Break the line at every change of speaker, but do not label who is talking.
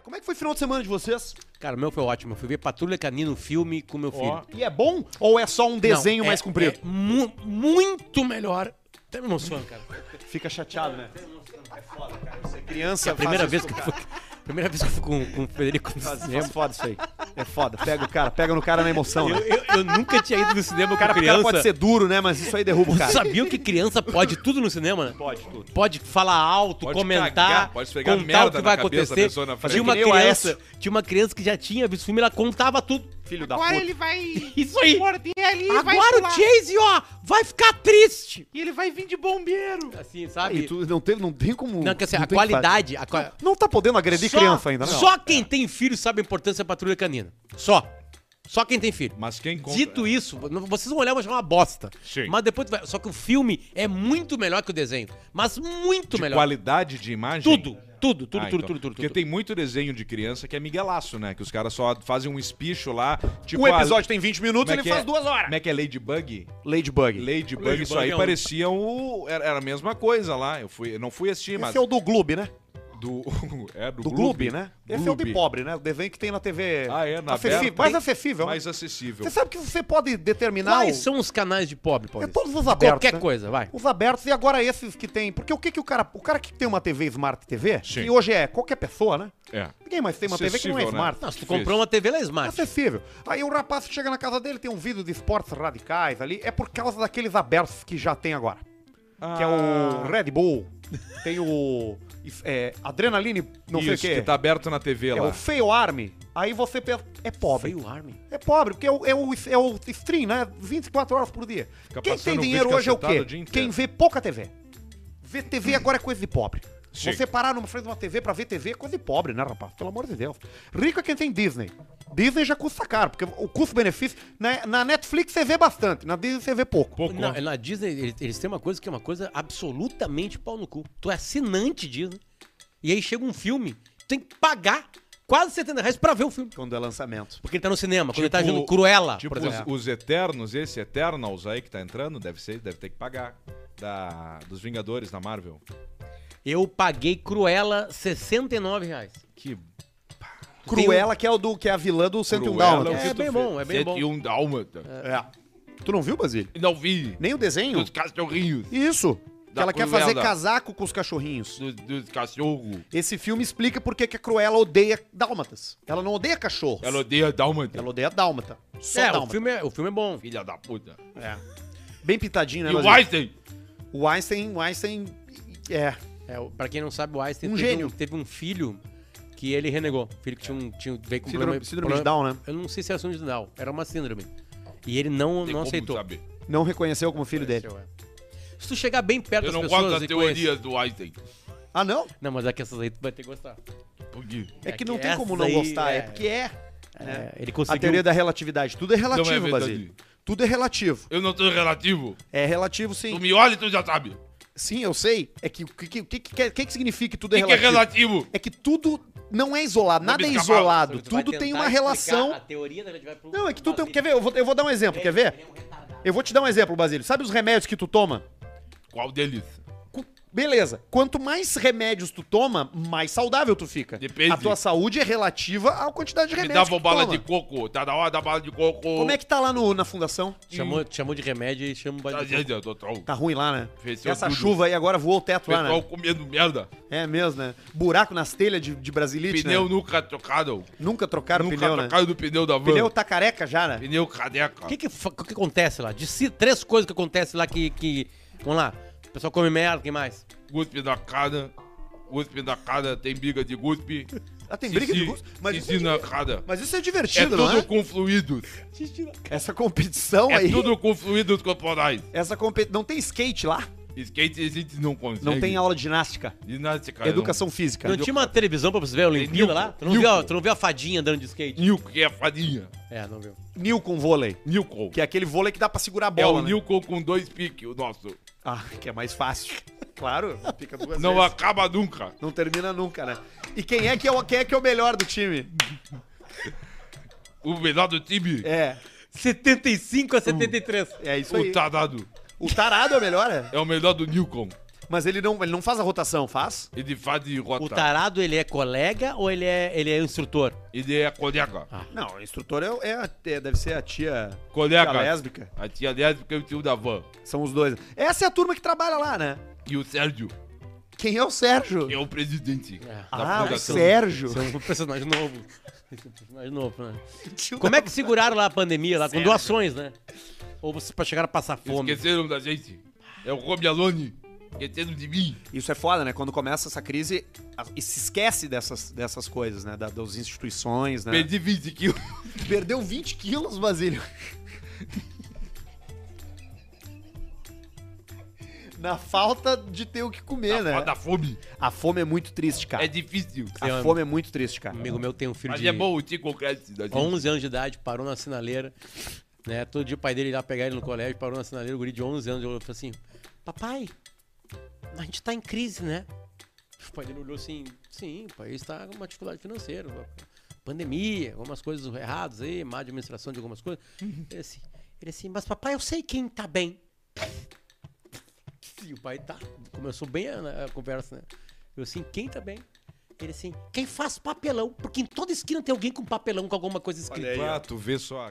Como é que foi o final de semana de vocês?
Cara, o meu foi ótimo. Eu fui ver Patrulha Canina, um filme com meu filho.
Ó, E é bom ou é só um desenho
Não, é-
mais comprido?
é mu- muito melhor. Até me emociono, cara.
Fica chateado, né? Você é criança,
É a primeira vez que eu fui, primeira vez que eu fui com, com o Federico no
É
cinema.
foda isso aí. É foda. Pega o cara, pega no cara na emoção,
Eu,
né?
eu- eu nunca tinha ido no cinema
O cara,
com
o cara
criança.
pode ser duro, né? Mas isso aí derruba o
Você
cara.
sabia que criança pode tudo no cinema, né?
Pode tudo.
Pode falar alto,
Pode
comentar,
cagar, pode esfregar
contar
merda
o que
na
vai
cabeça da
acontecer.
pessoa na frente.
Tinha uma
Que nem o
criança, tinha uma criança que já tinha visto o filme, ela contava tudo.
Filho da
Agora
puta.
ele vai
Isso aí.
morder ali e vai
Agora o
pular.
Chase, ó, vai ficar triste.
E ele vai vir de bombeiro.
Assim,
Aí
sabe?
tu não teve, não tem como.
Não, quer dizer,
não
a
tem o que
qualidade, a
fazer.
qua-
Não tá podendo agredir
Só-
criança ainda,
né?
não.
Só
é.
quem tem filho sabe a importância da patrulha canina. Só. Só quem tem filho.
Mas quem compra...
Dito isso, não- vocês vão olhar e vão achar uma bosta.
Sim.
Mas depois tu vai... Só que o filme é muito melhor que o desenho. Mas muito
de
melhor.
qualidade de imagem...
Tudo, tudo, tudo,
Ah,
tudo,
então.
tudo, tudo,
Porque
tudo.
tem muito desenho de criança que é miguelaço, né? Que os caras só fazem um espicho lá, tipo...
um
O
a-
Um episódio tem 20 minutos,
Como é
ele
que
faz
é?
duas horas.
Como é que é Ladybug?
Ladybug.
Ladybug,
Ladybug
isso aí
é um-
parecia o... Era, era a mesma coisa lá. Eu fui, eu não fui assistir, mas...
Esse é o do Globo, né?
Do... é do,
Do Globo, né? Esse é o de
Gloob.
pobre, né? O desenho que tem na TV.
Ah, é, na
acessível,
aberta.
Mais
Bem-
acessível. né?
Mais acessível.
Você sabe que você pode determinar.
Quais
o-
são os canais de pobre,
É
Paulo?
todos os abertos.
Qualquer
né?
coisa, vai.
Os abertos e agora esses que tem. Porque o que que o cara. O cara que tem uma TV Smart TV,
Sim.
que hoje é qualquer pessoa, né?
É.
Ninguém mais tem uma TV que não é
Acessível, né?
Smart.
Não, se tu
Difícil.
comprou uma TV, ela é
É
smart.
acessível. Aí o rapaz chega na casa dele, tem um vídeo de esportes radicais ali. É por causa daqueles abertos que já tem agora. Que é
Ah.
o Red Bull. Tem o. é, Adrenaline, não sei
Isso,
o quê.
que tá aberto na TV
É
lá.
o Fail Army. Aí você pensa, é pobre.
Feio Armin.
É pobre, porque é o, é, o, é o stream, né? 24 horas por dia.
Fica
Quem
passando
tem
um
dinheiro
vídeo
hoje é o
cacetado o dia
quê?
inteiro.
Quem vê pouca TV. Ver TV agora é coisa de pobre.
Sim.
Você parar numa frente de uma TV pra ver TV é coisa de pobre, né, rapaz? Pelo amor de Deus. Rico é quem tem Disney. Disney já custa caro, porque o custo-benefício. Na, na Netflix você vê bastante, na Disney você vê pouco.
Pouco.
Não, na Disney, eles, eles têm uma coisa que é uma coisa absolutamente pau no cu. Tu é assinante Disney. E aí chega um filme, tu tem que pagar quase 70 reais pra ver o filme.
Quando é lançamento.
Porque ele tá no cinema, quando ele tá
Tipo-
agindo Cruella,
Tipo,
por exemplo.
os, os Eternos, esse Eternals aí que tá entrando, deve ser, deve ter que pagar. Da, dos Vingadores da Marvel.
Eu paguei Cruella 69 reais.
Que
Cruella, que é o do que é a vilã do 101
Cruella,
Dálmatas.
o que
É
tu
bem
fez?
bom, é bem bom.
101 Dálmatas.
É. né? Tu não viu, Basílio?
Não vi.
Nem o desenho?
Dos cachorrinhos.
Isso. Que
Da
ela quer
Cruella.
fazer casaco com os cachorrinhos.
Dos, dos cachorros.
Esse filme explica por que que a Cruella odeia dálmatas. Ela não odeia cachorros.
Ela odeia Dálmatas.
Ela odeia dálmata. Só
É, o
dálmata.
filme é, o filme é bom.
Filha da puta.
É. Bem pitadinho, né?
E o
Basílio?
Einstein?
O Einstein, o Einstein... É.
É, o- pra quem não sabe, o Einstein
Um
teve,
gênio.
Um, teve um filho que ele renegou. Um filho que tinha um, tinha, um- veio com
Síndrome-
problema.
síndrome de
problema-
Down, né?
Eu não sei se é síndrome de Down, era uma síndrome. E ele não, não
Tem como
aceitou.
saber.
Não reconheceu como filho dele.
Seu, é. Se tu chegar bem perto
Eu
das
não
pessoas
gosto das
e conhecer-
teorias do Einstein.
Ah, não?
Não, mas é que essas aí tu vai ter que gostar.
Por quê?
É,
É
que
que
não tem como
essa
não
aí
gostar. É,
é-
porque é.
É, ele
A
conseguiu...
teoria da relatividade. Tudo é relativo,
verdade.
Basílio. Tudo é relativo.
Eu não sou relativo.
É relativo, sim.
Tu me olha e tu já sabe. O
Sim, eu sei. É que o que, que, que, que, que que significa que tudo é
que, que é
relativo?
relativo?
É que tudo não é isolado. Nada é
biscavalo.
isolado.
Tu vai
Tudo tem
tentar
uma
explicar
relação...
A teoria da gente vai pro...
Não, é que tu tem. Quer ver? Eu vou, eu vou dar um exemplo, quer ver? Eu vou te dar um exemplo, Basílio. Sabe os remédios que tu toma?
Qual deles?
Cu- Beleza. Quanto mais remédios tu toma, mais saudável tu fica.
Depende.
A tua saúde é relativa à quantidade de
Me
remédios. que
dava
tu
bala
toma.
de coco. Tá na hora da bala de coco.
Como é que tá lá no- na fundação?
Chamou, chamou de remédio e chama...
Tá, gente, doutor.
Tá ruim lá, né?
Fechou
Essa
tudo.
chuva aí agora voou o teto lá,
Pessoal
né?
comendo merda.
É mesmo, né? Buraco nas telhas de, de brasilite,
Pneu
né?
nunca trocado.
Nunca trocaram
nunca
pneu, né?
trocado do pneu da van.
Pneu tá careca já, né?
Pneu cadeca.
O que que, fa- o que que acontece lá? De si- três coisas que acontecem lá que, que... Vamos lá. O pessoal come merda, quem mais?
Guspe na cara. Guspe na cara. Tem briga de guspe.
Ah, tem briga de gosto. Mas,
Mas... na cara.
mas isso é
É
divertido, não
tudo
é?
com fluidos.
Essa competição
É
aí.
tudo com fluidos corporais.
Essa competição. Não tem skate lá?
Skate a gente não consegue.
Não tem aula de ginástica.
Ginástica. é
Educação física.
Não tinha uma televisão pra você ver a Olimpíada
Nilco,
lá? Tu não, viu, a-
Nilco.
tu não viu a fadinha andando de skate?
Nilco, que é farinha.
É, não viu.
Nil com vôlei.
Nilco.
Que é aquele vôlei que dá pra segurar a
É
bola.
o
né?
Nilco com dois piques, o nosso.
Ah, que é mais fácil. Claro, fica duas
Não
vezes.
acaba nunca.
Não termina nunca, né? E quem é que é o, quem é, que é o melhor do time?
O melhor do time,
É,
75 a 73. Hum.
é isso aí.
o Tadado.
O tarado é o melhor, é?
É o melhor do Nilcon.
Mas ele não, ele não faz a rotação, faz?
Ele faz de
O
rota.
tarado, ele é colega ou ele é, ele é instrutor?
Ele é colega.
Não, o instrutor é, é a- é- deve ser a tia, tia
Colega.
lésbica.
A tia lésbica e o tio da van.
São os dois. Essa é a turma que trabalha lá, né?
E o Sérgio,
Quem é o Sérgio?
que é o presidente
É.
da
ah, o
fundação.
Sérgio.
Esse é um personagem novo. Esse é um personagem novo, né? Como é que seguraram lá a pandemia, lá, com doações, né? Ou vocês pra chegar a passar fome.
Esqueceram da gente. É o Rob Alone. Esqueceram de mim.
Isso é foda, né? Quando começa essa crise a- e se esquece dessas, dessas coisas, né? Da, das instituições, né?
Perdi 20 quilos.
Perdeu 20 quilos, Basílio. Na falta de ter o que comer, né?
É. Da fome.
A fome é muito triste, cara.
É difícil.
A
Eu-
fome é muito triste, cara.
Um amigo meu tem um filho
Mas
de
é bom o Tico cresce da gente.
11 anos de idade, parou na sinaleira. Né? Todo dia o pai dele ia lá pegar ele no colégio, parou na sinaleira, o guri de 11 anos, olhou e falou assim, papai, a gente tá em crise, né? O pai dele olhou assim, sim, o país tá com uma dificuldade financeira, uma pandemia, algumas coisas erradas aí, má administração de algumas coisas. Ele assim, ele assim, mas papai, eu sei quem tá bem. E o pai tá, começou bem a, a conversa, né? Eu assim, quem tá bem? Ele assim, quem faz papelão, porque em toda esquina tem alguém com papelão com alguma coisa escrita.
Ah, tu vê só.